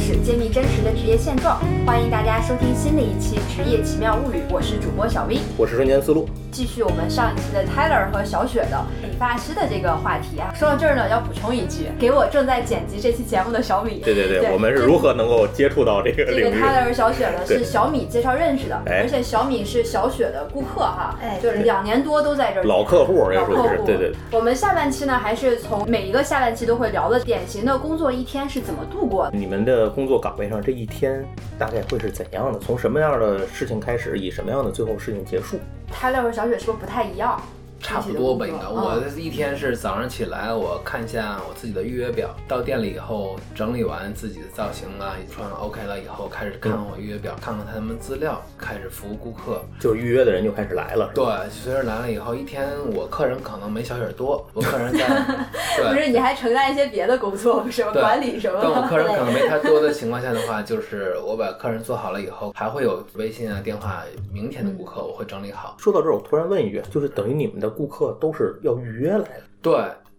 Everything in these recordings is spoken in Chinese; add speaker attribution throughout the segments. Speaker 1: 史，揭秘真实的职业现状。欢迎大家收听新的一期《职业奇妙物语》，我是主播小 V。
Speaker 2: 我是瞬间思路，
Speaker 1: 继续我们上一期的 Tyler 和小雪的理发师的这个话题啊。说到这儿呢，要补充一句，给我正在剪辑这期节目的小米，
Speaker 2: 对对对，
Speaker 1: 对
Speaker 2: 我们是如何能够接触到这个
Speaker 1: 这
Speaker 2: 领
Speaker 1: 个
Speaker 2: 域？
Speaker 1: Tyler 和小雪呢
Speaker 2: 对
Speaker 1: 是小米介绍认识的，
Speaker 2: 哎
Speaker 1: 而且小米是小雪的顾客哈，
Speaker 3: 哎
Speaker 1: 就是两年多都在这儿。
Speaker 2: 老客户，
Speaker 1: 老
Speaker 2: 要
Speaker 1: 客
Speaker 2: 说是
Speaker 1: 户，
Speaker 2: 对对，
Speaker 1: 我们下半期呢，还是从每一个下半期都会聊的典型的工作一天是怎么度过的。
Speaker 2: 你们的工作岗位上这一天大概会是怎样的？从什么样的事情开始，以什么样的最后事情结束？
Speaker 1: Tyler 和小雪是不是不太一样？
Speaker 4: 差不多吧，
Speaker 1: 具
Speaker 4: 应
Speaker 1: 体的
Speaker 4: 该。
Speaker 1: 工作嗯
Speaker 4: 我一天是早上起来，我看一下我自己的预约表，到店里以后整理完自己的造型了，穿上 OK 了以后，开始
Speaker 1: 嗯
Speaker 4: 看我预约表，看看他们资料，开始服务顾客。
Speaker 2: 就是预约的人就开始来了，是吧
Speaker 4: 对，随着来了以后，一天我客人可能没小雪儿多，我 客人在
Speaker 1: 不
Speaker 4: 对。
Speaker 1: 是，你还承担一些别的工作，什么
Speaker 4: 对
Speaker 1: 管理什么
Speaker 4: 但我
Speaker 1: 的。
Speaker 4: 客人可能没他 多的情况下的话，就是我把客人做好了以后，还会有微信啊、电话，明天的顾客我会整理好。
Speaker 2: 说到这儿，我突然问一句，就是等于你们的顾客都是要预约来的？
Speaker 4: 对，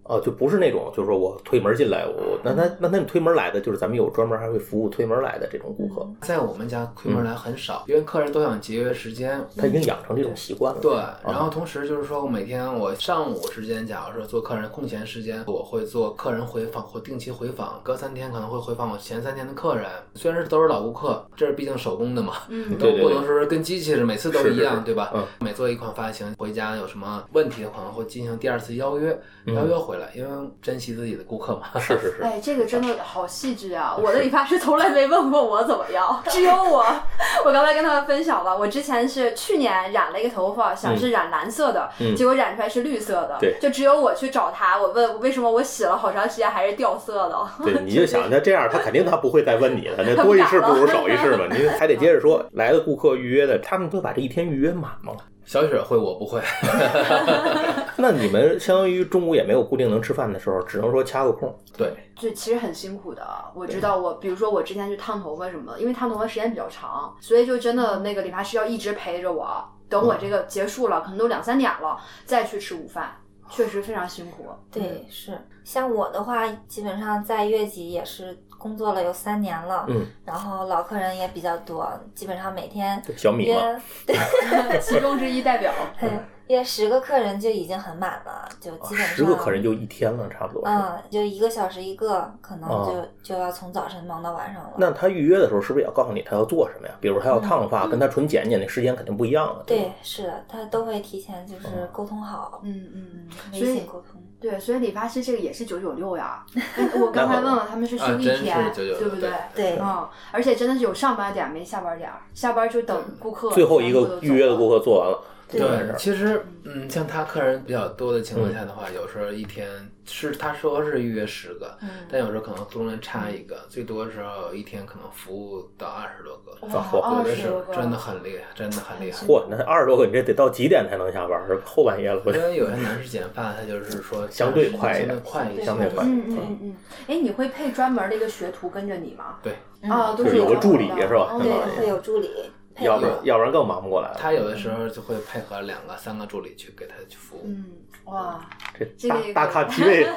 Speaker 2: 哦、就不是那种，就是说我推门进来，我那他那他们推门来的，就是咱们有专门还会服务推门来的这种顾客，
Speaker 4: 在我们家推
Speaker 1: 嗯
Speaker 4: 门来很少，因为客人都想节约时间，
Speaker 2: 他已经养成这种习惯了。
Speaker 4: 对，然后同时就是说，每天我上午时间，假如说做客人空闲时间，我会做客人回访或定期回访，隔三天可能会回访我前三天的客人。虽然是都是老顾客，这是毕竟手工的嘛，
Speaker 1: 嗯
Speaker 4: 都
Speaker 2: 对对
Speaker 4: 不能说是跟机器是每次都一
Speaker 2: 是
Speaker 4: 样，
Speaker 2: 是是
Speaker 4: 对吧？
Speaker 2: 嗯
Speaker 4: 每做一款发型，回家有什么问题的话，可能会进行第二次邀约，
Speaker 2: 嗯
Speaker 4: 邀约回来，因为珍惜自己的顾客嘛。
Speaker 2: 是是是，
Speaker 1: 哎，这个真的好细致啊！我的理发师从来没问过我怎么样， 只有我。我刚才跟他们分享了，我之前是去年染了一个头
Speaker 4: 嗯
Speaker 1: 发，想是染蓝色的，
Speaker 2: 嗯
Speaker 1: 结果染出来是绿色的。
Speaker 2: 对
Speaker 1: 就只有我去找他，我问为什么我洗了好长时间还是掉色的。
Speaker 2: 对，你就想他这样，他肯定他不会再问你了。那多一事不如少一事嘛，你还得接着说。来的顾客预约的，他们会把这一天预约满吗？
Speaker 4: 小雪会，我 不会。
Speaker 2: 那你们相当于中午也没有固定能吃饭的时候，只能说掐个空。
Speaker 4: 对，
Speaker 1: 就其实很辛苦的。啊我知道我，比如说我之前去烫头发什么的，因为烫头发时间比较长，所以就真的那个理发师要一直陪着我，等我这个结束了，可能都两三点了，再去吃午饭，确实非常辛苦。
Speaker 3: 对，
Speaker 2: 嗯
Speaker 3: 是像我的话，基本上在月季也是工作了有三年了，
Speaker 2: 嗯，
Speaker 3: 然后老客人也比较多，基本上每天
Speaker 2: 对小米嘛啊
Speaker 3: 约
Speaker 1: 其中之一代表。
Speaker 3: 约十个客人就已经很满了，就基本上
Speaker 2: 哦十个客人就一天了，差不多。
Speaker 3: 嗯，就一个小时一个，可能
Speaker 2: 哦
Speaker 3: 就、就要从早晨忙到晚上了。
Speaker 2: 那他预约的时候，是不是也要告诉你他要做什么呀？比如他要烫发，跟他纯剪剪那时间肯定不一样了。吧
Speaker 3: 对，是的，他都会提前
Speaker 2: 哦
Speaker 3: 就是沟通好，
Speaker 1: 嗯嗯嗯，
Speaker 3: 微
Speaker 1: 所
Speaker 3: 信
Speaker 1: 以
Speaker 3: 沟通。
Speaker 1: 对，所以理发师这个也是九九六呀。哎我刚才问了，他们是休一
Speaker 4: 啊
Speaker 1: 天，
Speaker 4: 真是996
Speaker 1: 对不对？
Speaker 3: 对
Speaker 1: 嗯，而且真的是有上班点儿没下班点儿，下班就等顾客
Speaker 2: 最后一个预约的顾
Speaker 1: 客。
Speaker 2: 客做完了，
Speaker 3: 对
Speaker 2: 就完事儿
Speaker 4: 其实嗯，像他客人比较多的情况下的话，有时候一天是他说是预约十个，
Speaker 3: 嗯，
Speaker 4: 但有时候可能中间差一个，最多时候一天可能服务到二十多个，
Speaker 2: 哇嚯
Speaker 1: 哦二
Speaker 4: 有的
Speaker 1: 十
Speaker 4: 是
Speaker 1: 多个，
Speaker 4: 真的很厉害，真的很厉害。
Speaker 2: 嚯，那二十多个，你这得到几点才能下班？是吧后半夜了， 不
Speaker 4: 因
Speaker 2: 是？
Speaker 4: 为有些男士剪发，他就是说
Speaker 2: 相对快一
Speaker 4: 相
Speaker 2: 点
Speaker 4: 对快一些，
Speaker 3: 相对
Speaker 2: 快
Speaker 1: 嗯嗯嗯嗯，哎，你会配专门的一个学徒跟着你吗？
Speaker 4: 对，
Speaker 3: 嗯
Speaker 1: 啊，都
Speaker 2: 就是是有个助理
Speaker 1: 的
Speaker 2: 是吧
Speaker 1: 嗯
Speaker 2: 相
Speaker 3: 对
Speaker 2: 当于
Speaker 3: 会有助理配
Speaker 2: 要
Speaker 3: 合
Speaker 2: 不然要不然更忙不过来了。
Speaker 4: 他有的时候就会配合两个、三个助理去给他去服务。
Speaker 1: 嗯，哇，
Speaker 2: 这大
Speaker 1: 这个
Speaker 2: 大咖 级别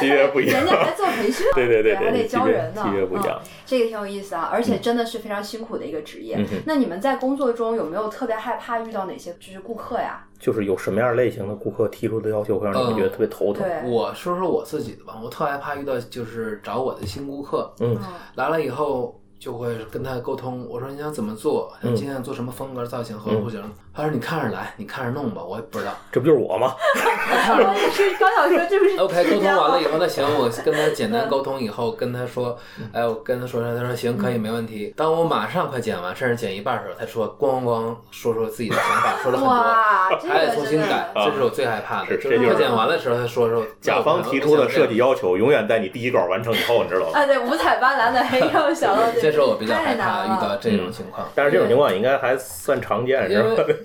Speaker 2: 级别不一样
Speaker 1: 人。家还做培训
Speaker 2: ，对对对
Speaker 1: 还得
Speaker 2: 对，级
Speaker 1: 教
Speaker 2: 别
Speaker 1: 人呢，
Speaker 2: 级别不一样。
Speaker 1: 这个挺有意思啊，而且真的是非常辛苦的一个职业。
Speaker 2: 嗯哼
Speaker 1: 那你们在工作中有没有特别害怕遇到哪些就是顾客呀？
Speaker 2: 就是有什么样类型的顾客提出的要求会让你们觉得特别头疼？
Speaker 1: 对，
Speaker 4: 我说说我自己的吧，我特害怕遇到就是找我的新顾客，
Speaker 2: 嗯
Speaker 1: 嗯
Speaker 4: 来了以后就会跟他沟通，我说你想怎么做，
Speaker 2: 嗯
Speaker 4: 想今天做什么风格造型合
Speaker 2: 嗯
Speaker 4: 不合型？他说你看着来，你看着弄吧，我也不知道。
Speaker 2: 这不就是我吗？
Speaker 1: 我也是刚想说，这不是
Speaker 4: OK，沟
Speaker 1: 你知
Speaker 4: 通
Speaker 1: 道吗
Speaker 4: 完了以后，那行，我跟他简
Speaker 1: 嗯
Speaker 4: 单沟通以后，跟他说，哎，我跟他说说，他说行，可
Speaker 1: 嗯
Speaker 4: 以，没问题。当我马上快剪完，甚至剪一半的时候，他说咣咣说说自己的想法，说了很多，
Speaker 1: 哇，这
Speaker 4: 还
Speaker 1: 个
Speaker 4: 得重新
Speaker 1: 真
Speaker 4: 改
Speaker 1: 的，，
Speaker 2: 啊
Speaker 4: 这是我最害怕的。
Speaker 2: 是
Speaker 4: 就
Speaker 2: 这
Speaker 4: 是
Speaker 2: 就是
Speaker 4: 快剪完了的时候，他说说
Speaker 2: 甲方提出的设计，要求永远在你第一稿完成以后，你知道吗？
Speaker 1: 啊，对，五彩斑斓的黑，让我想到
Speaker 4: 这是我比较害
Speaker 1: 太
Speaker 4: 怕
Speaker 1: 难
Speaker 4: 遇
Speaker 1: 了
Speaker 4: 到这种
Speaker 2: 嗯
Speaker 4: 情况。
Speaker 2: 但是这种情况应该还算常见，
Speaker 4: 因
Speaker 2: 是吧？
Speaker 4: 为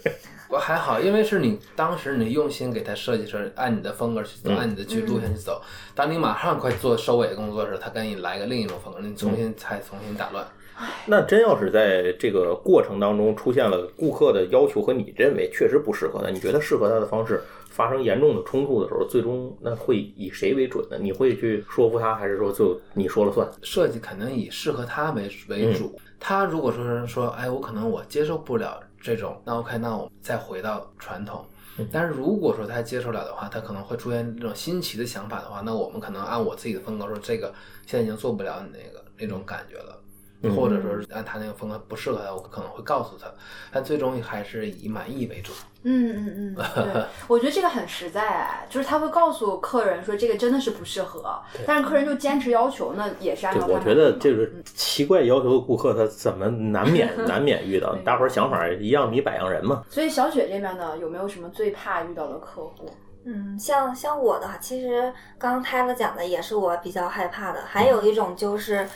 Speaker 4: 我还好，因为是你当时你用心给他设计成按你的风格去走，
Speaker 2: 嗯
Speaker 4: 按你的去路线去
Speaker 2: 嗯
Speaker 4: 走。当你马上快做收尾工作的时候，他给你来个另一种风格，你重新才重新打乱。
Speaker 2: 那真要是在这个过程当中出现了顾客的要求和你认为确实不适合他，你觉得适合他的方式发生严重的冲突的时候，最终那会以谁为准呢？你会去说服他，还是说就你说了算？
Speaker 4: 设计肯定以适合他为
Speaker 2: 嗯
Speaker 4: 为主。他如果说是说，哎，我可能我接受不了这种，那 OK，那我再回到传统
Speaker 2: 嗯。
Speaker 4: 但是如果说他接受了的话，他可能会出现这种新奇的想法的话，那我们可能按我自己的风格说，这个现在已经做不了你那个那种感觉了，
Speaker 2: 嗯
Speaker 4: 或者说是按他那个风格不适合他，我可能会告诉他，但最终还是以满意为主。
Speaker 1: 嗯嗯嗯，对，我觉得这个很实在哎，就是他会告诉客人说这个真的是不适合，但是客人就坚持要求，那也是按
Speaker 2: 对
Speaker 1: 照，他
Speaker 2: 我
Speaker 1: 们
Speaker 2: 觉得
Speaker 1: 的
Speaker 2: 这个奇怪要求的顾客，他怎么难免难免遇到？
Speaker 1: 对
Speaker 2: 大伙儿想法一样，米百样人嘛。
Speaker 1: 所以小雪这边呢，有没有什么最怕遇到的客户？
Speaker 3: 嗯，像像我的话，其实刚刚泰勒讲的也是我比较害怕的。还有一种就是，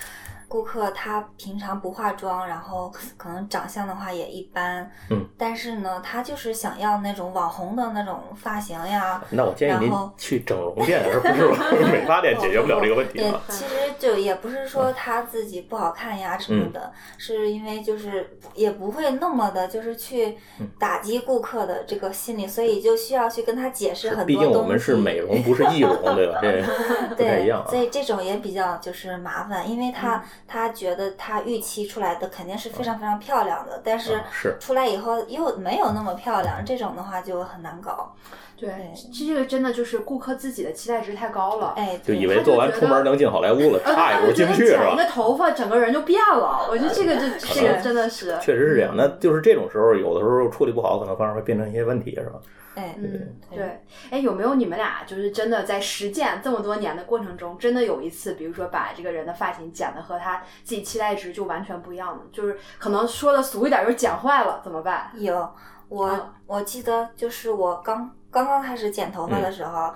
Speaker 3: 顾客他平常不化妆，然后可能长相的话也一般，
Speaker 2: 嗯，
Speaker 3: 但是呢，他就是想要那种网红的那种发型呀。
Speaker 2: 那我建议您
Speaker 3: 然后
Speaker 2: 去整容店，而不是我美发店，解决不了这嗯个问题
Speaker 3: 也
Speaker 2: 啊。
Speaker 3: 其实就也不是说他自己不好看呀什么
Speaker 2: 嗯
Speaker 3: 的，是因为就是也不会那么的，就是去
Speaker 2: 嗯
Speaker 3: 打击顾客的这个心理，所以就需要去跟他解释很多东西。
Speaker 2: 毕竟我们是美容，不是易容，对吧？这不太
Speaker 3: 对，
Speaker 2: 一样啊嗯
Speaker 3: 所。以这种也比较就是麻烦，因为他、他觉得他预期出来的肯定是非常非常漂亮的，但是
Speaker 2: 啊嗯是
Speaker 3: 出来以后又没有那么漂亮，这种的话就很难搞。
Speaker 1: 对，这这个真的就是顾客自己的期待值太高了。
Speaker 3: 哎，
Speaker 2: 就
Speaker 3: 对
Speaker 2: 以为做完出门能进好莱坞了，
Speaker 1: 呃
Speaker 2: 差一
Speaker 1: 他
Speaker 2: 步
Speaker 1: 就
Speaker 2: 进
Speaker 1: 觉得
Speaker 2: 不去是
Speaker 1: 剪一个
Speaker 2: 吧？
Speaker 1: 头发，整个人就变了。我觉得这个就这个真的是，
Speaker 2: 确实是这样。那就是这种时候，有的时候处理不好，可能反而会变成一些问题，是吧？
Speaker 3: 哎，
Speaker 1: 嗯，
Speaker 3: 对
Speaker 1: 对。哎，有没有你们俩就是真的在实践这么多年的过程中，真的有一次，比如说把这个人的发型剪的和他自己期待值就完全不一样的，就是可能说的俗一点，就是剪坏了，怎么办？
Speaker 3: 有我、
Speaker 1: 嗯
Speaker 3: 我记得就是我刚刚刚开始剪头发的时候，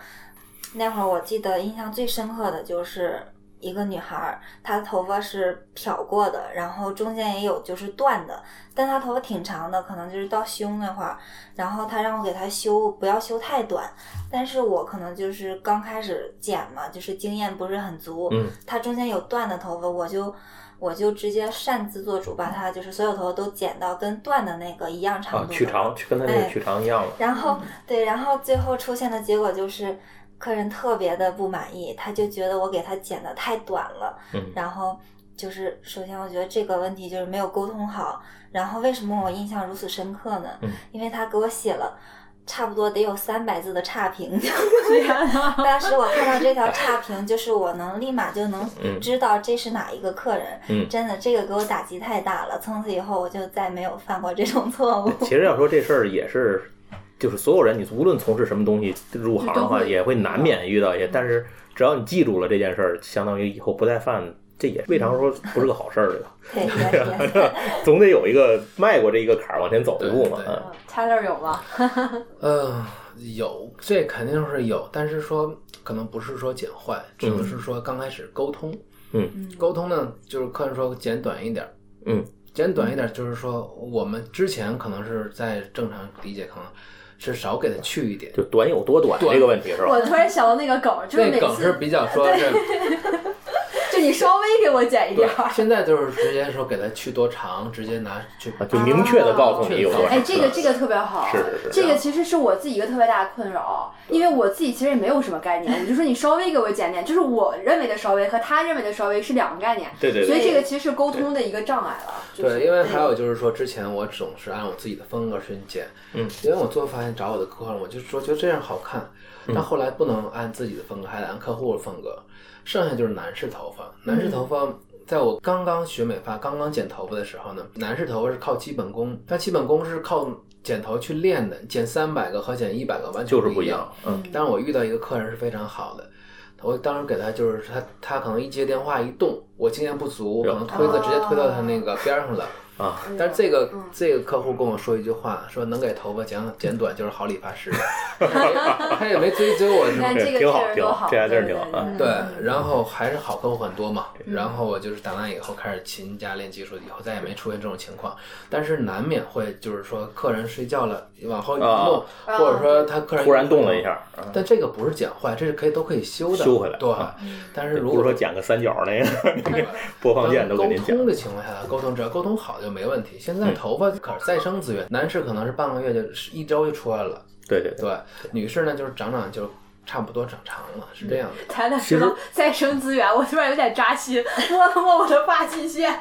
Speaker 3: 那会儿我记得印象最深刻的就是一个女孩儿，她的头发是漂过的，然后中间也有就是断的，但她头发挺长的，可能就是到胸那块儿，然后她让我给她修，不要修太短，但是我可能就是刚开始剪嘛，就是经验不是很足，
Speaker 2: 嗯
Speaker 3: 它中间有断的头发，我就我就直接擅自做主，把它就是所有头发都剪到跟断的那个一样长
Speaker 2: 啊
Speaker 3: 度，的、
Speaker 2: 取长去跟他那个取长一样了。
Speaker 3: 然后、
Speaker 1: 嗯
Speaker 3: 对，然后最后出现的结果就是客人特别的不满意，他就觉得我给他剪的太短了，
Speaker 2: 嗯，
Speaker 3: 然后。就是首先，我觉得这个问题就是没有沟通好。然后为什么我印象如此深刻呢？
Speaker 2: 嗯
Speaker 3: 因为他给我写了差不多得有三百字的差评，
Speaker 1: 天啊
Speaker 3: 当时我看到这条差评，就是我能立马就能
Speaker 2: 嗯
Speaker 3: 知道这是哪一个客人。
Speaker 2: 嗯
Speaker 3: 真的，这个给我打击太大了。从此以后，我就再没有犯过这种 错误。
Speaker 2: 其实要说这事儿也是，就是所有人，你无论从事什么东西入行的
Speaker 1: 都
Speaker 2: 话，
Speaker 1: 会
Speaker 2: 也会难免遇
Speaker 4: 嗯
Speaker 2: 到一些。但是只要你记住了这件事儿，相当于以后不再犯，这也未尝说不是个好事儿，对啊吧？
Speaker 3: 对，也
Speaker 4: 嗯
Speaker 3: 是。
Speaker 2: 总得有一个迈过这一个坎儿往前走一步嘛。
Speaker 4: 对对
Speaker 2: 嗯
Speaker 1: ！Taylor 有吗？
Speaker 4: 呃，有，这肯定是有，但是说可能不是说剪坏，只不过是说刚开始沟通。
Speaker 2: 嗯
Speaker 4: 沟通呢，就是客人说剪短一点。
Speaker 2: 嗯，
Speaker 4: 剪短一点就是说，我们之前可能是在正常理解，可能是少给他去一点。
Speaker 2: 就短有多短
Speaker 4: 短
Speaker 2: 这个问题是吧？
Speaker 1: 我突然想到那个梗，就是
Speaker 4: 那
Speaker 1: 每
Speaker 4: 梗是
Speaker 1: 次
Speaker 4: 比较说是，
Speaker 1: 就你稍微给我剪一
Speaker 4: 对
Speaker 1: 点儿，。
Speaker 4: 现在就是直接说给他去多长，直接拿去
Speaker 2: 啊，就明确的告
Speaker 4: 啊
Speaker 2: 诉你有多少。
Speaker 1: 哎，这个这个特别好，
Speaker 2: 是是是
Speaker 1: 这个其实是我自己一个特别大的困扰，因为我自己其实也没有什么概念，我就说你稍微给我剪点，就是我认为的稍微和他认为的稍微是两个概念，
Speaker 2: 对对
Speaker 1: 所
Speaker 2: 对
Speaker 1: 以这个其实是沟通的一个障碍了。就是
Speaker 4: 对，因为还有就是说，之前我总是按我自己的风格去剪，
Speaker 2: 嗯，
Speaker 4: 因为我做发现找我的客户，我就说觉得这样好看，
Speaker 2: 嗯
Speaker 4: 但后来不能按自己的风格，还得按客户的风格。剩下就是男士头发，男
Speaker 1: 嗯
Speaker 4: 士头发，在我刚刚学美发、刚刚剪头发的时候呢，男士头发是靠基本功，但基本功是靠剪头去练的，剪三百个和剪一百个完全
Speaker 2: 就是不
Speaker 4: 不
Speaker 2: 一
Speaker 4: 一
Speaker 2: 样。嗯，
Speaker 4: 但是我遇到一个客人是非常好的，我当时给他就是他他可能一接电话一动，我经验不足，我可能推子直接推到他那个边儿上了，
Speaker 2: 啊，
Speaker 1: 嗯
Speaker 4: 但是这个、
Speaker 1: 嗯
Speaker 4: 这个客户跟我说一句话，说能给头发剪剪短就是好理发 师，他也没追究我什
Speaker 1: 你
Speaker 4: 么
Speaker 1: 看。这个
Speaker 2: 嗯挺好
Speaker 1: 确实
Speaker 2: 挺
Speaker 1: 都
Speaker 2: 好
Speaker 1: 好，
Speaker 2: 这家
Speaker 1: 对
Speaker 2: 店
Speaker 1: 对
Speaker 2: 挺好啊
Speaker 1: 对
Speaker 4: 对，然后还是好客户很多嘛。
Speaker 2: 嗯
Speaker 4: 然后我就是打那以后开始勤加练技术，以后再也没出现这种情况。但是难免会就是说客人睡觉了，往后一弄，
Speaker 1: 啊
Speaker 4: 或者说他客人
Speaker 2: 突然动了一。下，啊
Speaker 4: 但这个不是剪坏，这是可以都可以修的，
Speaker 2: 修回来
Speaker 4: 对
Speaker 2: 啊，
Speaker 4: 但是如
Speaker 2: 不是
Speaker 4: 果
Speaker 2: 说剪个三角那个 播放键都给您嗯
Speaker 4: 沟
Speaker 2: 剪
Speaker 4: 通的情况下，沟通只要沟通好就没问题。现在头发可是再生资源，男士可能是半个月就是一周就出来了，
Speaker 2: 对对对，
Speaker 4: 对，女士呢就是长长就差不多长长了，是这样的。
Speaker 1: 谈到说到再生资源，我突然有点扎心， 摸了摸我的发际线。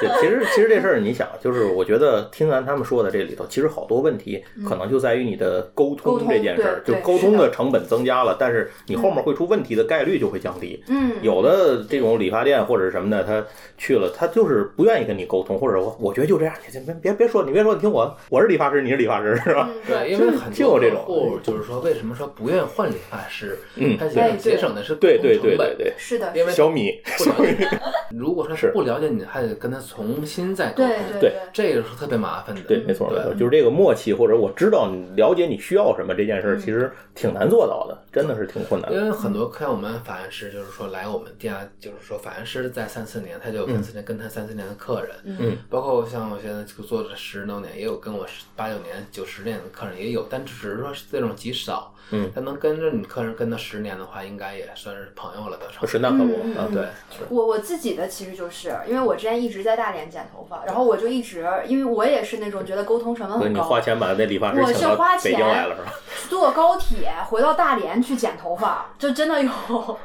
Speaker 2: 对，其实其实这事儿你想，就是我觉得听完他们说的这里头，其实好多问题可能就在于你的
Speaker 1: 嗯
Speaker 2: 沟
Speaker 1: 沟
Speaker 2: 通
Speaker 1: 通
Speaker 2: 这件事儿，就
Speaker 1: 对对
Speaker 2: 沟
Speaker 1: 是
Speaker 2: 通
Speaker 1: 的
Speaker 2: 的成本增加了，但是你后面会出问题的概率就会降低。
Speaker 1: 嗯，
Speaker 2: 有的这种理发店或者什么的，他去了，他就是不愿意跟你沟通，或者我我觉得就这样，你别别别说，你别说，你听我，我是理发师，你是理发师是吧？
Speaker 1: 嗯
Speaker 4: 对，因为很
Speaker 2: 就有
Speaker 4: 多
Speaker 2: 这
Speaker 4: 客
Speaker 2: 种
Speaker 4: 户就是说，为什么说不愿意换理发师？
Speaker 2: 嗯
Speaker 4: 他想节省的是
Speaker 2: 对
Speaker 4: 沟通
Speaker 2: 对对
Speaker 4: 成本
Speaker 2: 对对，
Speaker 1: 是的，
Speaker 4: 因为
Speaker 2: 小米
Speaker 4: 不了解。如果他是
Speaker 2: 是
Speaker 4: 不了解你，还得跟他重新再沟
Speaker 1: 对对
Speaker 4: 通，
Speaker 2: 对
Speaker 4: 这个是特别麻烦的。
Speaker 2: 对，
Speaker 1: 嗯
Speaker 2: 没错，没错，
Speaker 4: 对，
Speaker 2: 就是这个默契，或者我知道你了解你需要什么这件事儿，
Speaker 1: 嗯
Speaker 2: 其实挺难做到的，真的是挺困难
Speaker 4: 因
Speaker 2: 的。
Speaker 4: 为很多看我们法案师，就是说来我们店，就是说法案师在三四年，他就有
Speaker 2: 嗯
Speaker 4: 三四年跟他三四年的客人，
Speaker 2: 嗯，
Speaker 4: 包括像我现在就做了十多年，也有跟我十八九年、九十年的客人也有，但只是说是这种极少。
Speaker 2: 嗯
Speaker 4: 但能跟着你客人跟到十年的话，应该也算是朋友了，都成。
Speaker 2: 神探可不
Speaker 1: 嗯嗯
Speaker 2: 啊
Speaker 1: 嗯，
Speaker 4: 对，
Speaker 1: 我我自己的其实就是，因为我之前一直在大连剪头发，然后我就一直，因为我也是那种觉得沟通成本
Speaker 2: 所以
Speaker 1: 很
Speaker 2: 你
Speaker 1: 高
Speaker 2: 花，钱把那理发师
Speaker 1: 哦我
Speaker 2: 请
Speaker 1: 是
Speaker 2: 到
Speaker 1: 花
Speaker 2: 北京
Speaker 1: 钱
Speaker 2: 来了 是吧？
Speaker 1: 坐高铁回到大连去剪头发，就真的有，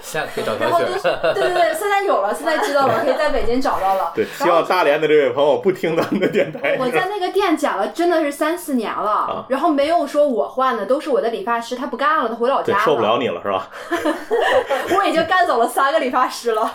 Speaker 4: 下次可以找
Speaker 1: 然
Speaker 4: 他
Speaker 1: 后
Speaker 4: 去
Speaker 1: 就。对对对，现在有了，现在知道 了，可以在北京找到了。
Speaker 2: 对，希望大连的这位朋友不听咱们的电台。
Speaker 1: 我在那个店剪了，真的是三四年了，
Speaker 2: 啊
Speaker 1: 然后没有说我换的，都是我的理发师，他不干了，他回老
Speaker 2: 对
Speaker 1: 家，
Speaker 2: 受不了你了是吧？
Speaker 1: 我已经干走了三个理发师 了。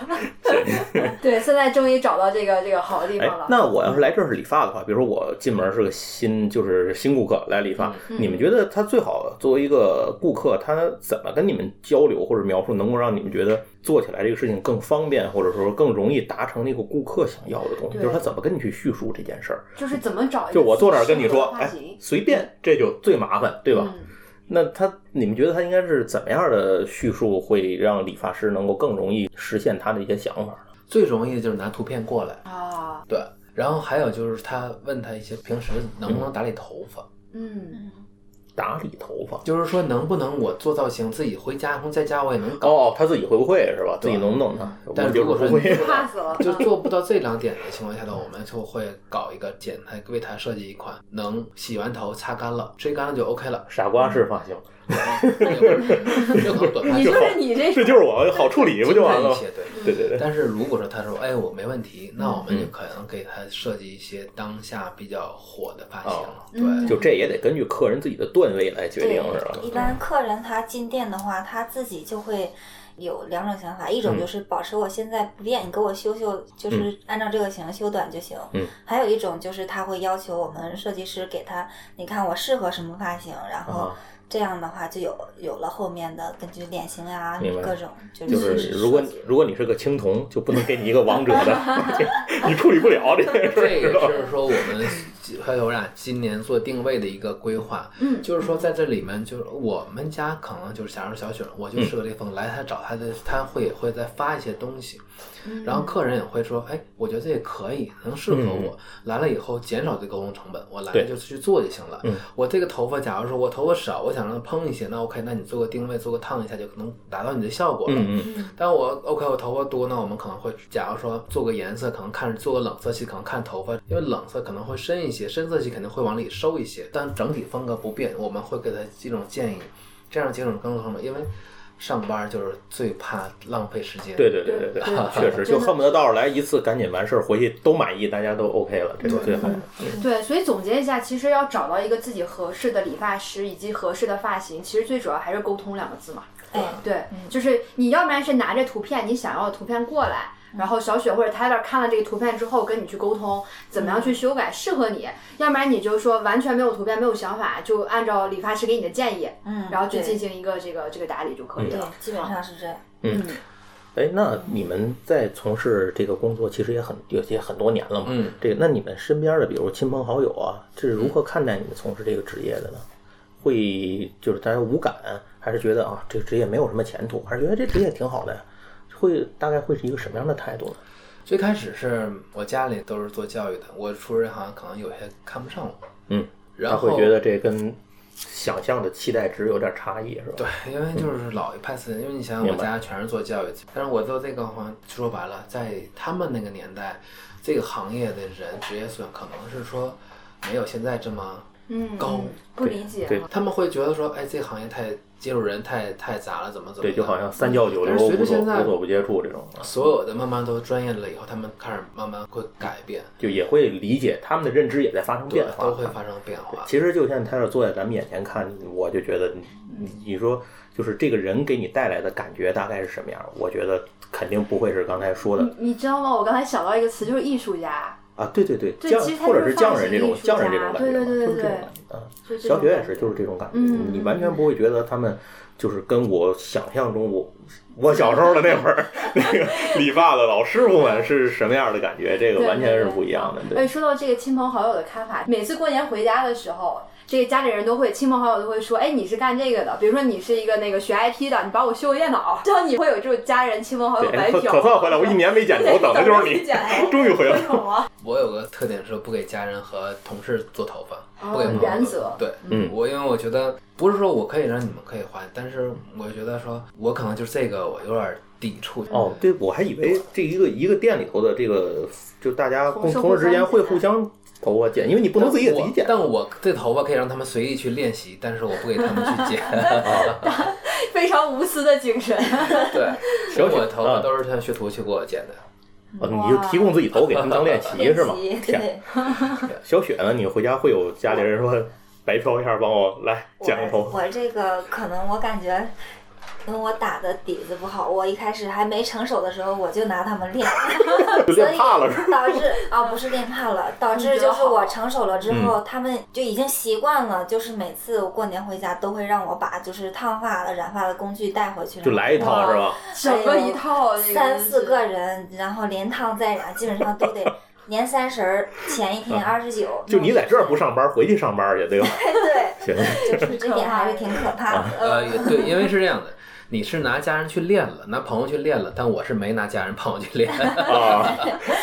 Speaker 1: 对，现在终于找到这个这个好的地
Speaker 2: 哎
Speaker 1: 方了，。
Speaker 2: 那我要是来这儿是理发的话，比如说我进门是个新，就是新顾客来理发，
Speaker 1: 嗯
Speaker 2: 你们觉得他最好作为一个顾客，他怎么跟你们交流或者描述，能够让你们觉得做起来这个事情更方便，或者说更容易达成那个顾客想要的东西？
Speaker 1: 对啊
Speaker 2: 就是他怎么跟你去叙述这件事儿？
Speaker 1: 就是怎么找一个
Speaker 2: 就我坐那儿跟你说
Speaker 1: 适合，的发
Speaker 2: 哎
Speaker 1: 型，
Speaker 2: 随便，这就最麻烦，对吧？
Speaker 1: 嗯
Speaker 2: 那他，你们觉得他应该是怎么样的叙述会让理发师能够更容易实现他的一些想法呢？
Speaker 4: 最容易的就是拿图片过来，
Speaker 1: 啊，
Speaker 4: 对。然后还有就是他问他一些平时能不能打理头发，
Speaker 1: 嗯，
Speaker 2: 打理头发。
Speaker 4: 就是说能不能我做造型自己回家，从在家我也能搞。
Speaker 2: 哦，他自己会不会是吧？自
Speaker 4: 对
Speaker 2: 己能不弄他？
Speaker 4: 但
Speaker 2: 我
Speaker 4: 如
Speaker 2: 就
Speaker 4: 果
Speaker 2: 啊是
Speaker 4: 说
Speaker 2: 不
Speaker 4: 你
Speaker 2: 会。，
Speaker 4: 做
Speaker 1: 怕死了。
Speaker 4: 就做不到这两点的情况下呢，我们就会搞一个简单为他设计一款能洗完头擦干了吹干了就 OK 了
Speaker 2: 傻瓜式发型，
Speaker 1: 你
Speaker 4: 就可能短发就
Speaker 1: 就是你这
Speaker 2: 啊这就是我好处理不就完了
Speaker 4: 一
Speaker 2: 吗？
Speaker 4: 些对。
Speaker 2: 对对对，
Speaker 4: 但是如果说他说哎我没问题，那我们
Speaker 2: 嗯
Speaker 4: 就可能给他设计一些当下比较火的发型了，
Speaker 1: 嗯
Speaker 4: 对。
Speaker 2: 哦就这也得根据客人自己的段位啊来决定，是吧？
Speaker 3: 一般客人他进店的话，他自己就会有两种想法，
Speaker 2: 嗯
Speaker 3: 一种就是保持我现在不变，你给我修修，就是按照这个型修短就行。
Speaker 2: 嗯。
Speaker 3: 还有一种就是他会要求我们设计师给他，你看我适合什么发型，然后
Speaker 2: 啊，
Speaker 3: 这样的话就有有了后面的根据脸型啊
Speaker 2: 明白
Speaker 3: 各种就
Speaker 2: 就是是如果
Speaker 3: 设计
Speaker 2: 如果你是个青铜，就不能给你一个王者 的，你处理不了这件事
Speaker 4: 这
Speaker 2: 儿，知
Speaker 4: 也
Speaker 2: 道吗？
Speaker 4: 是说我们还有我俩今年做定位的一个规划，
Speaker 1: 嗯
Speaker 4: 就是说在这里面，就是我们家可能就是假如小雪，我就适合雷锋，来他找他的，他会会再发一些东西，
Speaker 2: 嗯
Speaker 1: 嗯
Speaker 4: 然后客人也会说，哎，我觉得这也可以，能适合我，来了以后减少这沟通成本，我来了
Speaker 2: 嗯对
Speaker 4: 就去做就行了
Speaker 2: 嗯。
Speaker 4: 我这个头发，假如说我头发少，我想让它蓬一些，那 OK，那你做个定位，做个烫一下就能达到你的效果了。
Speaker 2: 嗯嗯，
Speaker 4: 但我 OK，我头发多呢，我们可能会，假如说做个颜色，可能看做个冷色系，可能看头发，因为冷色可能会深一些，深色系肯定会往里收一些，但整体风格不变，我们会给他几种建议，这样几种更什么？因为上班就是最怕浪费时间，
Speaker 2: 对对对对对，确实就恨不得到时候来一次，赶紧完事儿回去都满意，大家都 OK 了，这就最
Speaker 4: 嗯
Speaker 2: 好。
Speaker 1: 对，所以总结一下，其实要找到一个自己合适的理发师以及合适的发型，其实最主要还是沟通两个字嘛。
Speaker 3: 哎，
Speaker 1: 对，就是你要不然是拿着图片，你想要的图片过来，
Speaker 3: 嗯
Speaker 1: 然后小雪或者 Tyler 看了这个图片之后跟你去沟通，怎么样
Speaker 3: 嗯
Speaker 1: 去修改适合你；要不然你就说完全没有图片，没有想法，就按照理发师给你的建议，
Speaker 3: 嗯，
Speaker 1: 然后去
Speaker 3: 对
Speaker 1: 进行一个这个这个打理就可以
Speaker 3: 对
Speaker 1: 了。，
Speaker 3: 基本上是这样。
Speaker 2: 嗯，哎，那你们在从事这个工作，其实也很有些很多年了嘛。
Speaker 4: 嗯，
Speaker 2: 这个，那你们身边的，比如亲朋好友啊，这是如何看待你们从事这个职业的呢？会就是大家无感，还是觉得啊，这个职业没有什么前途，还是觉得这职业挺好的呀？会大概会是一个什么样的态度呢？
Speaker 4: 最开始是我家里都是做教育的，我出这行可能有些看不上我，
Speaker 2: 嗯，他
Speaker 4: 然后
Speaker 2: 会觉得这跟想象的期待值有点差异，是吧？
Speaker 4: 对，因为就是老一派思想，因为你想想
Speaker 2: 明
Speaker 4: 我
Speaker 2: 白
Speaker 4: 家全是做教育，但是我做这个好像说白了，在他们那个年代，这个行业的人职业素养可能是说没有现在这么
Speaker 1: 嗯，
Speaker 4: 高
Speaker 1: 嗯不理解
Speaker 2: 对
Speaker 1: 哈，
Speaker 4: 他们会觉得说，哎，这个行业太接触人太太杂了，怎么怎么
Speaker 2: 对，
Speaker 4: 样
Speaker 2: 就好像三教九流
Speaker 4: 但是随着
Speaker 2: 无所
Speaker 4: 现在
Speaker 2: 无所不接触这种，啊
Speaker 4: 所有的慢慢都专业了以后，他们开始慢慢会改变，
Speaker 2: 就也会理解他们的认知也在发生
Speaker 4: 对
Speaker 2: 变，化，
Speaker 4: 都会发生
Speaker 2: 对
Speaker 4: 变化。
Speaker 2: 其实就像他要坐在咱们眼前看，我就觉得你你你说就是这个人给你带来的感觉大概是什么样？我觉得肯定不会是刚才说的
Speaker 1: 你你知道吗？我刚才想到一个词，就是艺术家，
Speaker 2: 啊，对对对，
Speaker 1: 对
Speaker 2: 匠
Speaker 1: 其实他
Speaker 2: 或者
Speaker 1: 就是
Speaker 2: 是匠
Speaker 1: 放
Speaker 2: 人
Speaker 1: 弃
Speaker 2: 这种
Speaker 1: 艺术
Speaker 2: 匠人这
Speaker 1: 家
Speaker 2: 种感
Speaker 1: 对
Speaker 2: 觉嘛，
Speaker 1: 对对
Speaker 2: 就
Speaker 1: 对
Speaker 2: 是这种感觉啊。
Speaker 1: 就这
Speaker 2: 小
Speaker 1: 种
Speaker 2: 雪也
Speaker 1: 感
Speaker 2: 是，
Speaker 1: 觉
Speaker 2: 就是这种感觉，
Speaker 1: 嗯
Speaker 2: 你完全不会觉得他们就是跟我想象 中我我小时候的那会儿那个理发的老师傅们是什么样的感觉，这个
Speaker 1: 对
Speaker 2: 完全
Speaker 1: 对
Speaker 2: 是
Speaker 1: 对
Speaker 2: 不一样的。
Speaker 1: 哎，
Speaker 2: 对，
Speaker 1: 说到这个亲朋好友的看法，每次过年回家的时候，这个家里人都会，亲朋好友都会说，哎，你是干这个的，比如说你是一个那个学 IT 的，你帮我修个电脑， 就你会有这种家人亲朋好友
Speaker 2: 对，哎
Speaker 1: 哦白
Speaker 2: 可
Speaker 1: 嫖。
Speaker 2: 可 算回来，我一年没剪头，等的就是你， 终于回来
Speaker 1: 这。种啊，
Speaker 4: 我有个特点是不给家人和同事做头发，不给
Speaker 1: 哦
Speaker 4: 朋友
Speaker 1: 原
Speaker 4: 做
Speaker 1: 则
Speaker 4: 对，
Speaker 2: 嗯
Speaker 4: 我因为我觉得不是说我可以让你们可以换，但是我觉得说我可能就是这个我有点抵触。
Speaker 1: 嗯
Speaker 2: 哦，对，我还以为这一个一个店里头的这个，就大家
Speaker 1: 同
Speaker 2: 共
Speaker 1: 事
Speaker 2: 同
Speaker 1: 互
Speaker 2: 事之间
Speaker 1: 相
Speaker 2: 会
Speaker 1: 剪
Speaker 2: 互相头发剪，因为你不能自己给自己剪。啊
Speaker 4: 但我但我这头发可以让他们随意去练习，但是我不给他们去剪。
Speaker 2: 啊
Speaker 1: 非常无私的精 神。
Speaker 3: 哎
Speaker 4: 对，
Speaker 2: 小雪
Speaker 4: 我头发都是像学徒去给我剪的。
Speaker 2: 哦，你就提供自己头给他们当练习
Speaker 3: 练
Speaker 2: 是吗？
Speaker 3: 习
Speaker 2: 天
Speaker 3: 对，
Speaker 2: 小雪呢？你回家会有家里人说白嫖一下，帮我来剪个头
Speaker 3: 我我这个可能我感觉。因为我打的底子不好，我一开始还没成熟的时候，我就拿他们练，
Speaker 2: 发，就练怕了是吧？
Speaker 3: 导致啊不是练怕了，导致就是我成手了之
Speaker 2: 嗯
Speaker 3: 后，他们就已经习惯了，就是每次我过年回家都会让我把就是烫发的、染发的工具带回去，
Speaker 2: 就来一套是？吧？
Speaker 1: 整个一套，这个
Speaker 3: 三
Speaker 1: 就是
Speaker 3: 四个人，然后连烫再染，基本上都 得年三十儿前一天二十九。
Speaker 2: 啊就你在这儿不上班，回去上班去，对吧？
Speaker 3: 对，
Speaker 2: 行，
Speaker 3: 就是这点还是挺可 怕
Speaker 2: 啊
Speaker 3: 的。
Speaker 1: 嗯
Speaker 4: 呃，也对，因为是这样的，你是拿家人去练了，拿朋友去练了，但我是没拿家人朋 友去练，
Speaker 2: 啊，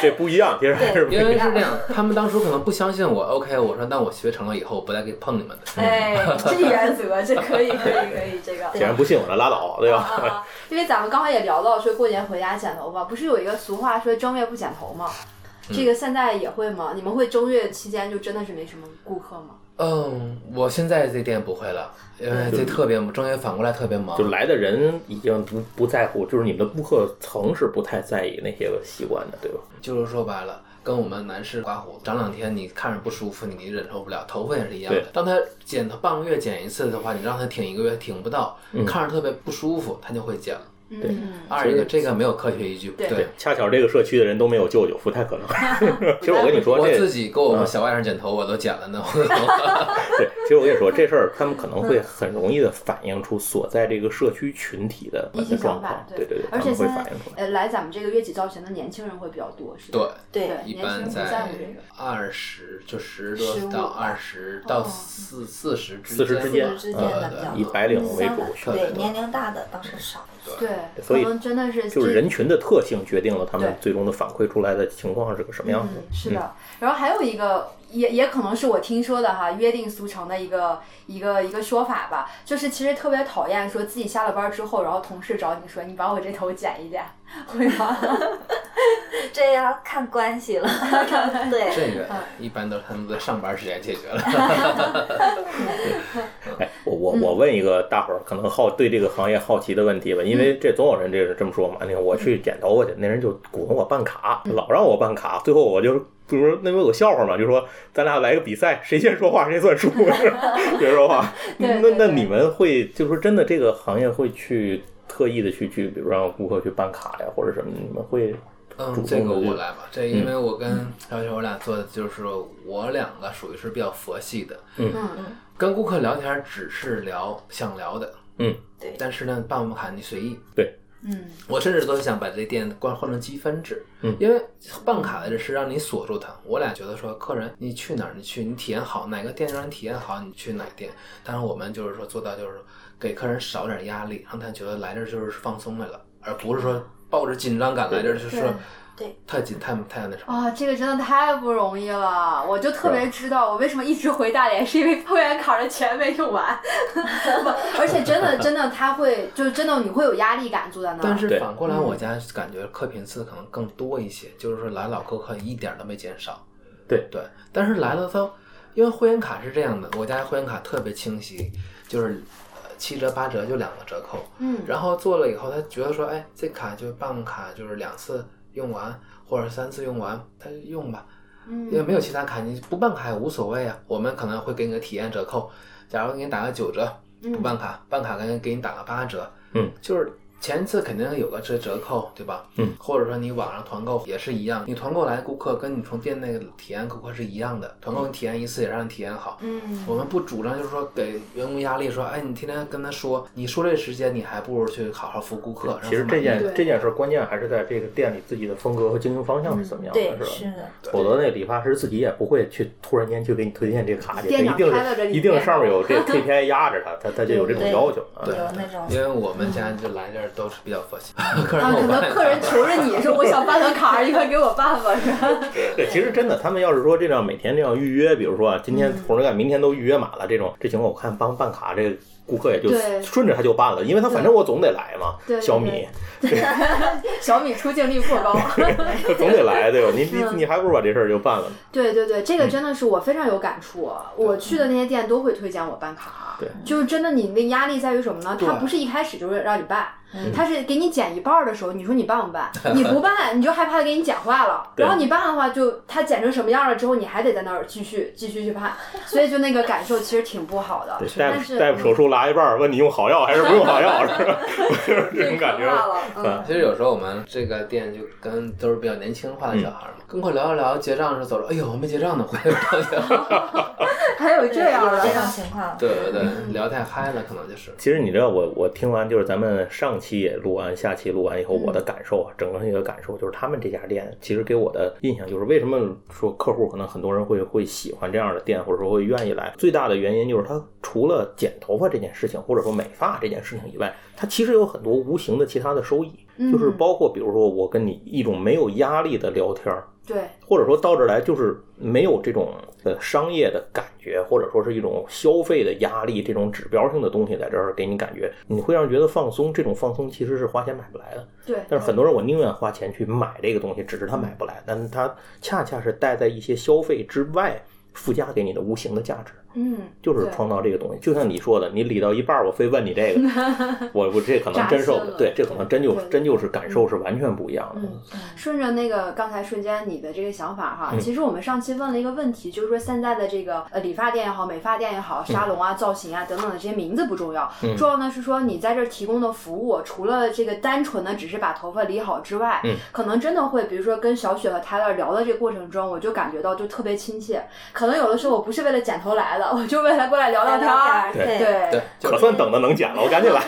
Speaker 2: 这不一样，其实还是不一
Speaker 4: 因为
Speaker 2: 样。
Speaker 4: 是这样，他们当初可能不相信我。OK，我说那我学成了以后，我不再给碰你们的。
Speaker 1: 哎，这原则，这可以，可以，可以，这个。
Speaker 2: 既然不信我了，拉倒，对吧？
Speaker 1: 啊啊！因为咱们刚才也聊到说过年回家剪头发，不是有一个俗话说正月不剪头吗？这个现在也会吗？你们会正月期间就真的是没什么顾客吗？
Speaker 4: 嗯，我现在这店不会了，因为这特别忙，中间反过来特别忙
Speaker 2: 就。来的人已经不不在乎，就是你们的顾客层是不太在意那些个习惯的，对吧？
Speaker 4: 就是说白了，跟我们男士刮胡子长两天，你看着不舒服，你忍受不了，头发也是一样的
Speaker 2: 对。
Speaker 4: 当他剪头半个月剪一次的话，你让他挺一个月挺不到，
Speaker 2: 嗯
Speaker 4: 看着特别不舒服，他就会剪了。
Speaker 1: 嗯，
Speaker 4: 二一个，这个没有科学依据。
Speaker 1: 对
Speaker 4: 对，
Speaker 2: 恰巧这个社区的人都没有舅舅，不太 可能。其实我跟你说，
Speaker 4: 我
Speaker 2: 这
Speaker 4: 自己给
Speaker 2: 嗯
Speaker 4: 我们小外甥剪头，我都剪了 呢。我
Speaker 2: 对，其实我 跟你说这事儿，他们可能
Speaker 1: 嗯
Speaker 2: 会很容易的反映出所在这个社区群体的
Speaker 1: 一些
Speaker 2: 状
Speaker 1: 想法
Speaker 2: 况，，对对对，他
Speaker 1: 而且
Speaker 2: 们会
Speaker 1: 现
Speaker 2: 反
Speaker 1: 在
Speaker 2: 映出来。
Speaker 1: 呃，来咱们这个乐器造型的年轻人会比较多，是吧？
Speaker 4: 对，
Speaker 3: 对，
Speaker 1: 对
Speaker 4: 一
Speaker 1: 年轻人
Speaker 4: 般
Speaker 1: 不在乎这
Speaker 4: 在
Speaker 1: 个。
Speaker 4: 二十就十多
Speaker 3: 15
Speaker 4: 到二十到四四十
Speaker 2: 四十之
Speaker 3: 间
Speaker 2: 间
Speaker 3: 哦之，间的比较
Speaker 2: 呃，以白领为主，
Speaker 3: 对，年龄大的倒是少。
Speaker 1: 对，
Speaker 2: 所以
Speaker 1: 可能真的是
Speaker 2: 就是
Speaker 1: 呃这
Speaker 2: 人群的特性决定了他们
Speaker 1: 对
Speaker 2: 最终的反馈出来的情况是个什么样子。
Speaker 1: 嗯，是的。然后还有一个，也也可能是我听说的哈，约定俗成的一个一个一个说法吧，就是其实特别讨厌说自己下了班之后，然后同事找你说你把我这头剪一剪，会吗？
Speaker 3: 这要看关系 了。对，
Speaker 4: 这个一般都是他们在上班时间解决了。
Speaker 2: 哎，我我
Speaker 1: 嗯
Speaker 2: 我问一个大伙儿可能好对这个行业好奇的问题吧，因
Speaker 1: 嗯
Speaker 2: 为这总有人这这么说嘛。那个我去剪头发去，那人就鼓动我办卡，
Speaker 1: 嗯
Speaker 2: 老让我办卡，最后我就。比如那不有个笑话嘛，就说咱俩来个比赛，谁先说话谁 算输，是吧 别说话。
Speaker 1: 对
Speaker 2: 那
Speaker 1: 对
Speaker 2: 那
Speaker 1: 对
Speaker 2: 你们会就是说真的这个行业会去特意的去去，比如让顾客去办卡呀或者什么，你们会主
Speaker 4: 嗯，
Speaker 2: 动
Speaker 4: 这个
Speaker 2: 的
Speaker 4: 我嗯
Speaker 2: 就
Speaker 4: 来吧，这因为我跟小雪我俩做的就是我两个属于是比较佛系的，
Speaker 1: 嗯，
Speaker 4: 跟顾客聊天只是聊想聊的，
Speaker 2: 嗯，
Speaker 3: 对
Speaker 4: 但是呢，办不办卡你随意。
Speaker 2: 对，
Speaker 1: 嗯
Speaker 4: 我甚至都想把这店关换成积分制，
Speaker 2: 嗯
Speaker 4: 因为办卡的是让你锁住它。我俩觉得说，客人你去哪儿，你去你体验好哪个店让你体验好，你去哪个店。但是我们就是说做到就是给客人少点压力，让他觉得来这儿就是放松来了，而不是说抱着紧张感来这儿就是说
Speaker 3: 对对
Speaker 4: 太紧太太那什么。
Speaker 1: 啊，这个真的太不容易了。我就特别知道我为什么一直回大连，是因为会员卡的钱没用 完。不，而且真的真的他会，就真的你会有压力感坐在那儿。
Speaker 4: 但是
Speaker 2: 对
Speaker 4: 反过来，我家感觉客频次可能更多一些，就是说来老顾客一点儿都没减少。
Speaker 2: 对
Speaker 4: 对，但是来了他，因为会员卡是这样的，我家会员卡特别清晰，就是呃七折八折就两个折扣，
Speaker 1: 嗯，
Speaker 4: 然后做了以后，他觉得说，哎，这卡就办卡就是两次用完或者三次用完，他就用吧，因为
Speaker 1: 嗯
Speaker 4: 没有其他卡，你不办卡也无所谓啊。我们可能会给你个体验折扣，假如给你打个九折，
Speaker 1: 嗯
Speaker 4: 不办卡，办卡给你给你打个八折，
Speaker 2: 嗯，
Speaker 4: 就是前次肯定有个折折扣，对吧？
Speaker 2: 嗯，
Speaker 4: 或者说你网上团购也是一样，你团购来顾客跟你从店内体验顾客是一样的，团购你体验一次也让你体验好。
Speaker 1: 嗯
Speaker 4: 我们不主张就是说给员工压力，说哎，你天天跟他说，你说这时间你还不如去好好服务顾客。让
Speaker 2: 其实
Speaker 4: 他
Speaker 2: 这
Speaker 4: 满意
Speaker 2: 件
Speaker 1: 对
Speaker 2: 这件事儿关键还是在这个店里自己的风格和经营方向是怎么样的，
Speaker 3: 对，
Speaker 2: 是吧？
Speaker 3: 是的，
Speaker 2: 否则那理发师自己也不会去突然间去给你推荐这卡去，他
Speaker 1: 店
Speaker 2: 一
Speaker 1: 长
Speaker 2: 定
Speaker 1: 开了这
Speaker 2: 是
Speaker 1: 里
Speaker 2: 一定
Speaker 1: 面
Speaker 2: 上面有 这 KPI 压着他，他他就有这种
Speaker 3: 对
Speaker 2: 要求啊。
Speaker 4: 对
Speaker 3: 有那种
Speaker 4: 因为我们家就来这儿都是比较佛 系，客人
Speaker 1: 嗯啊，可
Speaker 4: 给我办
Speaker 1: 能客人求着你 说我想办个卡，你快给我办吧，是吧？
Speaker 2: 对，其实真的，他们要是说这样每天这样预约，比如说啊，
Speaker 1: 嗯
Speaker 2: 今天同事干，明天都预约满了，这种这情况，我看帮办卡这顾客也就
Speaker 1: 对
Speaker 2: 顺着他就办了，因为他反正我总得来嘛
Speaker 1: 对，对
Speaker 2: 小米
Speaker 1: 小米出镜率颇 高。
Speaker 2: 总得来，对吧？你你
Speaker 1: 嗯
Speaker 2: 你还不如把这事儿就办了呢。
Speaker 1: 对对对，这
Speaker 2: 嗯
Speaker 1: 个真的是我非常有感触。我去的那些店都会推荐我办卡，
Speaker 2: 对，
Speaker 1: 就是真的，你那压力在于什么呢？
Speaker 4: 对
Speaker 1: 他不是一开始就是让你办
Speaker 3: 嗯，
Speaker 1: 他是给你减一半儿的时候，你说你办不 办？你不办，你就害怕他给你减坏了。
Speaker 2: 对
Speaker 1: 然后你办的话就，他减成什么样了之后，你还得在那儿继续继续去 办，所以就那个感受其实挺不好的
Speaker 2: 对。大
Speaker 1: 但
Speaker 2: 夫
Speaker 1: 是
Speaker 2: 大夫手术拉一半儿，问你用好药还是不用好药，是吧？ 就是这种感觉
Speaker 1: 太可怕了，嗯
Speaker 2: 嗯
Speaker 4: 其实有时候我们这个店就跟都是比较年轻化
Speaker 2: 嗯
Speaker 4: 的小孩嘛，跟客聊一聊，结账的时候走了，哎呦，我没结账呢，回来 聊聊。，
Speaker 1: 还有这样
Speaker 3: 有这种
Speaker 1: 的，
Speaker 3: 情况
Speaker 4: 对对对，嗯聊太嗨了，可能就是。
Speaker 2: 其实你知道我，我听完就是咱们上期也录完，下期录完以后，
Speaker 1: 嗯
Speaker 2: 我的感受啊，整个一个感受就是他们这家店其实给我的印象就是，为什么说客户可能很多人会会喜欢这样的店，或者说会愿意来，最大的原因就是它除了剪头发这件事情，或者说美发这件事情以外，它其实有很多无形的其他的收益，
Speaker 1: 嗯
Speaker 2: 就是包括比如说我跟你一种没有压力的聊天儿，
Speaker 1: 对，
Speaker 2: 或者说到这儿来就是没有这种呃商业的感觉，或者说是一种消费的压力，这种指标性的东西在这儿给你感觉，你会让人觉得放松。这种放松其实是花钱买不来的。
Speaker 1: 对，
Speaker 2: 但是很多人我宁愿花钱去买这个东西，只是他买不来，但是他恰恰是带在一些消费之外附加给你的无形的价值。
Speaker 1: 嗯，
Speaker 2: 就是
Speaker 1: 对
Speaker 2: 创造这个东西。就像你说的，你理到一半，儿，我非问你这个， 我我这可能真受
Speaker 1: 扎心
Speaker 2: 不，
Speaker 1: 了
Speaker 2: 对，这可能真就
Speaker 1: 对对
Speaker 2: 真就是感受是完全不一样的。
Speaker 1: 嗯顺着那个刚才瞬间你的这个想法哈，
Speaker 2: 嗯
Speaker 1: 其实我们上期问了一个问题，就是说现在的这个呃理发店也好、美发店也好、沙龙啊、造型啊等等的这些名字不重要，
Speaker 2: 嗯
Speaker 1: 重要的是说你在这儿提供的服务，除了这个单纯的只是把头发理好之外，
Speaker 2: 嗯
Speaker 1: 可能真的会，比如说跟小雪和 Tyler 聊的这个过程中，我就感觉到就特别亲切。可能有的时候我不是为了剪头来的，我 就为了过来聊
Speaker 3: 聊
Speaker 1: 天
Speaker 3: 聊天
Speaker 1: 儿
Speaker 3: 儿，，
Speaker 2: 对
Speaker 3: 对，
Speaker 4: 对，就
Speaker 2: 可算等的能减了，我赶紧来。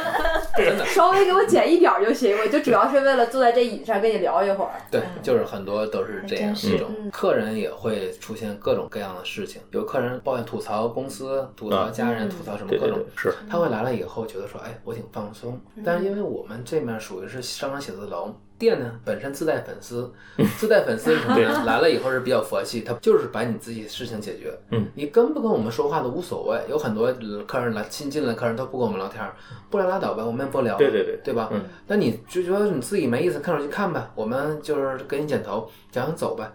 Speaker 1: 稍微给我剪一点儿就行，我就主要是为了坐在这椅子上跟你聊一会儿。
Speaker 4: 对，就是很多都是这样
Speaker 3: 还真是
Speaker 4: 一种
Speaker 1: 嗯，
Speaker 4: 客人也会出现各种各样的事情，有客人抱怨吐槽公司、吐槽家人、
Speaker 1: 嗯
Speaker 4: 吐槽什么
Speaker 2: 啊对
Speaker 4: 各
Speaker 2: 对对
Speaker 4: 种，，
Speaker 2: 是。
Speaker 3: 嗯
Speaker 4: 他会来了以后觉得说，哎，我挺放松。但是因为我们这面属于是商场写字楼，店呢本身自带粉 丝，自带粉丝可
Speaker 2: 对
Speaker 4: 能来了以后是比较佛系，他就是把你自己事情解决。
Speaker 2: 嗯，
Speaker 4: 你跟不跟我们说话都无所谓。有很多呃客人来新进来的客人都不跟我们聊天儿，不来拉倒呗，我们也不聊。
Speaker 2: 对对对
Speaker 4: 对吧？
Speaker 2: 嗯
Speaker 4: 那你就觉得你自己没意思，看手机看呗。我们就是给你剪头，讲讲走呗。
Speaker 1: 嗯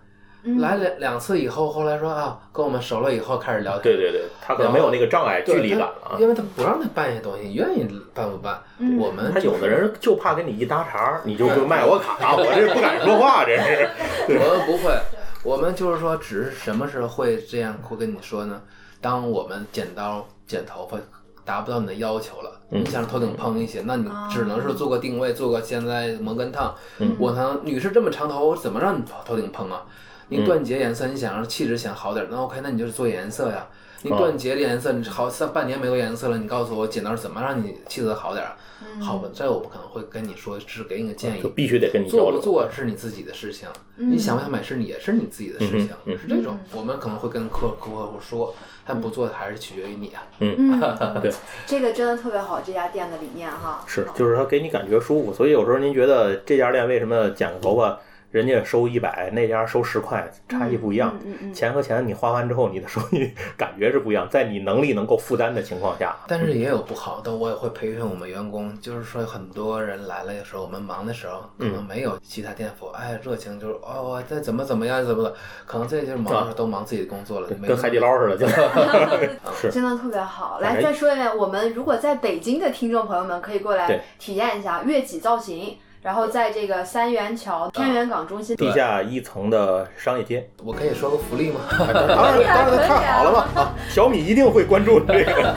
Speaker 4: 来两两次以后，后来说啊，跟我们熟了以后开始聊天。
Speaker 2: 对对对，他可能没有那个障碍、
Speaker 4: 对
Speaker 2: 距离感
Speaker 4: 他
Speaker 2: 了。啊
Speaker 4: 因为他不让他办一些东西，你愿意办不办？
Speaker 1: 嗯
Speaker 4: 我们
Speaker 2: 他有的人就怕跟你一搭茬儿，你就就卖我卡，我这不敢说话，这是。
Speaker 4: 我们不会，我们就是说，只是什么时候会这样会跟你说呢？当我们剪刀剪头发达不到你的要求了，
Speaker 2: 嗯
Speaker 4: 你想让头顶蓬一些，那你只能是做个定位，做个现在摩根烫。
Speaker 2: 嗯
Speaker 4: 我能女士这么长头，我怎么让你头头顶蓬啊？你
Speaker 2: 嗯
Speaker 4: 缎结颜色，你想让气质想好点儿，那 OK，那你就是做颜色呀。你
Speaker 2: 哦
Speaker 4: 断节的颜色，你好像半年没有颜色了，你告诉我剪刀是怎么让你气色好点儿？啊
Speaker 1: 嗯
Speaker 4: 好，吧，这我们可能会跟你说，只是给你个建
Speaker 2: 哦就
Speaker 4: 议。
Speaker 2: 必须得跟你交
Speaker 4: 做不
Speaker 2: 流。
Speaker 4: 做是你自己的事情，
Speaker 1: 嗯
Speaker 4: 你想不想买是你也是你自己的事情，
Speaker 2: 嗯嗯
Speaker 4: 是这种。我们可能会跟客客户说，但不做还是取决于你啊。
Speaker 1: 嗯，
Speaker 2: 对，
Speaker 1: 这个真的特别好，这家店的理念哈，嗯
Speaker 2: 是，就是它给你感觉舒服。所以有时候您觉得这家店为什么剪个头发人家收一百，那家收十块，差异不一样。
Speaker 1: 嗯嗯嗯
Speaker 2: 钱和钱你花完之后，你的收益 感觉是不一样，在你能力能够负担的情况下，
Speaker 4: 但是也有不好的，我也会培训我们员工，就是说很多人来了的时候，我们忙的时候，可
Speaker 2: 嗯
Speaker 4: 能没有其他店铺，哎，热情就是哦，我这怎么怎么样怎么的，可能这就是忙的时候都忙自己的工作了，没
Speaker 2: 跟海底捞似的，就是
Speaker 1: 嗯 真的特别好。
Speaker 2: 反
Speaker 1: 来，
Speaker 2: 正
Speaker 1: 再说一遍，我们如果在北京的听众朋友们可以过来
Speaker 2: 对
Speaker 1: 体验一下月季造型，然后在这个三元桥天元港中心
Speaker 2: 地下一层的商业街。
Speaker 4: 我可以说个福利吗？
Speaker 2: 当然，当然太好了吧！啊，小米一定会关注这个。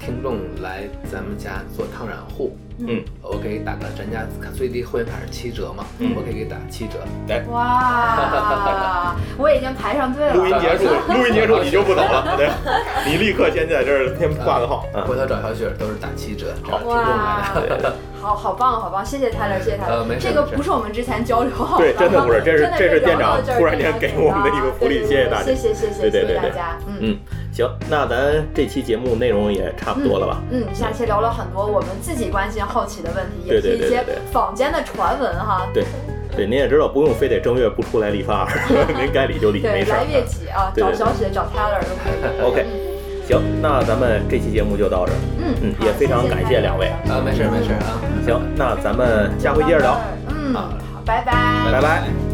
Speaker 4: 听众来咱们家做烫染户，
Speaker 2: 嗯，
Speaker 4: 我可以打个咱家最低会员卡是七折嘛，
Speaker 2: 嗯
Speaker 4: 我可以给打七折。
Speaker 1: 哇， 我已经排上队
Speaker 2: 录音
Speaker 1: 了。
Speaker 2: 结 束，录音结束你就不走了，对，你立刻先在这儿先挂 个号。嗯，
Speaker 4: 回头找小雪都是打七折，只要听众来
Speaker 1: 哇
Speaker 4: 了。，
Speaker 1: 好好棒，好棒！谢谢泰勒，谢谢泰勒
Speaker 4: 呃没。事
Speaker 1: 这个
Speaker 4: 没事
Speaker 1: 不是我们之前交流好
Speaker 2: 对， 真的不是，这是
Speaker 1: 真的
Speaker 2: 这是
Speaker 1: 聊
Speaker 2: 店
Speaker 1: 到
Speaker 2: 长
Speaker 1: 这儿
Speaker 2: 突然间给我们的一个福利，
Speaker 1: 对对对
Speaker 2: 谢谢大家
Speaker 1: 谢。谢谢谢
Speaker 2: 对对
Speaker 1: 谢谢
Speaker 2: 对
Speaker 1: 大
Speaker 2: 对
Speaker 1: 家，嗯。
Speaker 2: 嗯，行，那咱这期节目内容也差不多了吧？
Speaker 1: 嗯，下期聊了很多我们自己关心、好奇的问题，
Speaker 2: 对
Speaker 1: 也是
Speaker 2: 对
Speaker 1: 一
Speaker 2: 对
Speaker 1: 些
Speaker 2: 对对
Speaker 1: 坊间的传闻哈。
Speaker 2: 对，
Speaker 1: 嗯
Speaker 2: 对，您也知道，不用非得正月不出来理 发，您该理就理，
Speaker 1: 对，
Speaker 2: 没事儿
Speaker 1: 来。月几啊，
Speaker 2: 对
Speaker 1: 找
Speaker 2: 对
Speaker 1: 小雪、找 Taylor 都可 以。
Speaker 2: OK，行，那咱们这期节目就到这儿。
Speaker 1: 嗯
Speaker 2: 嗯
Speaker 1: 好
Speaker 2: 也非常感谢两位
Speaker 4: 啊，没事儿没事儿啊，
Speaker 2: 行，那咱们下回接着聊，
Speaker 1: 嗯，
Speaker 4: 好
Speaker 1: 好，拜拜
Speaker 2: 拜拜。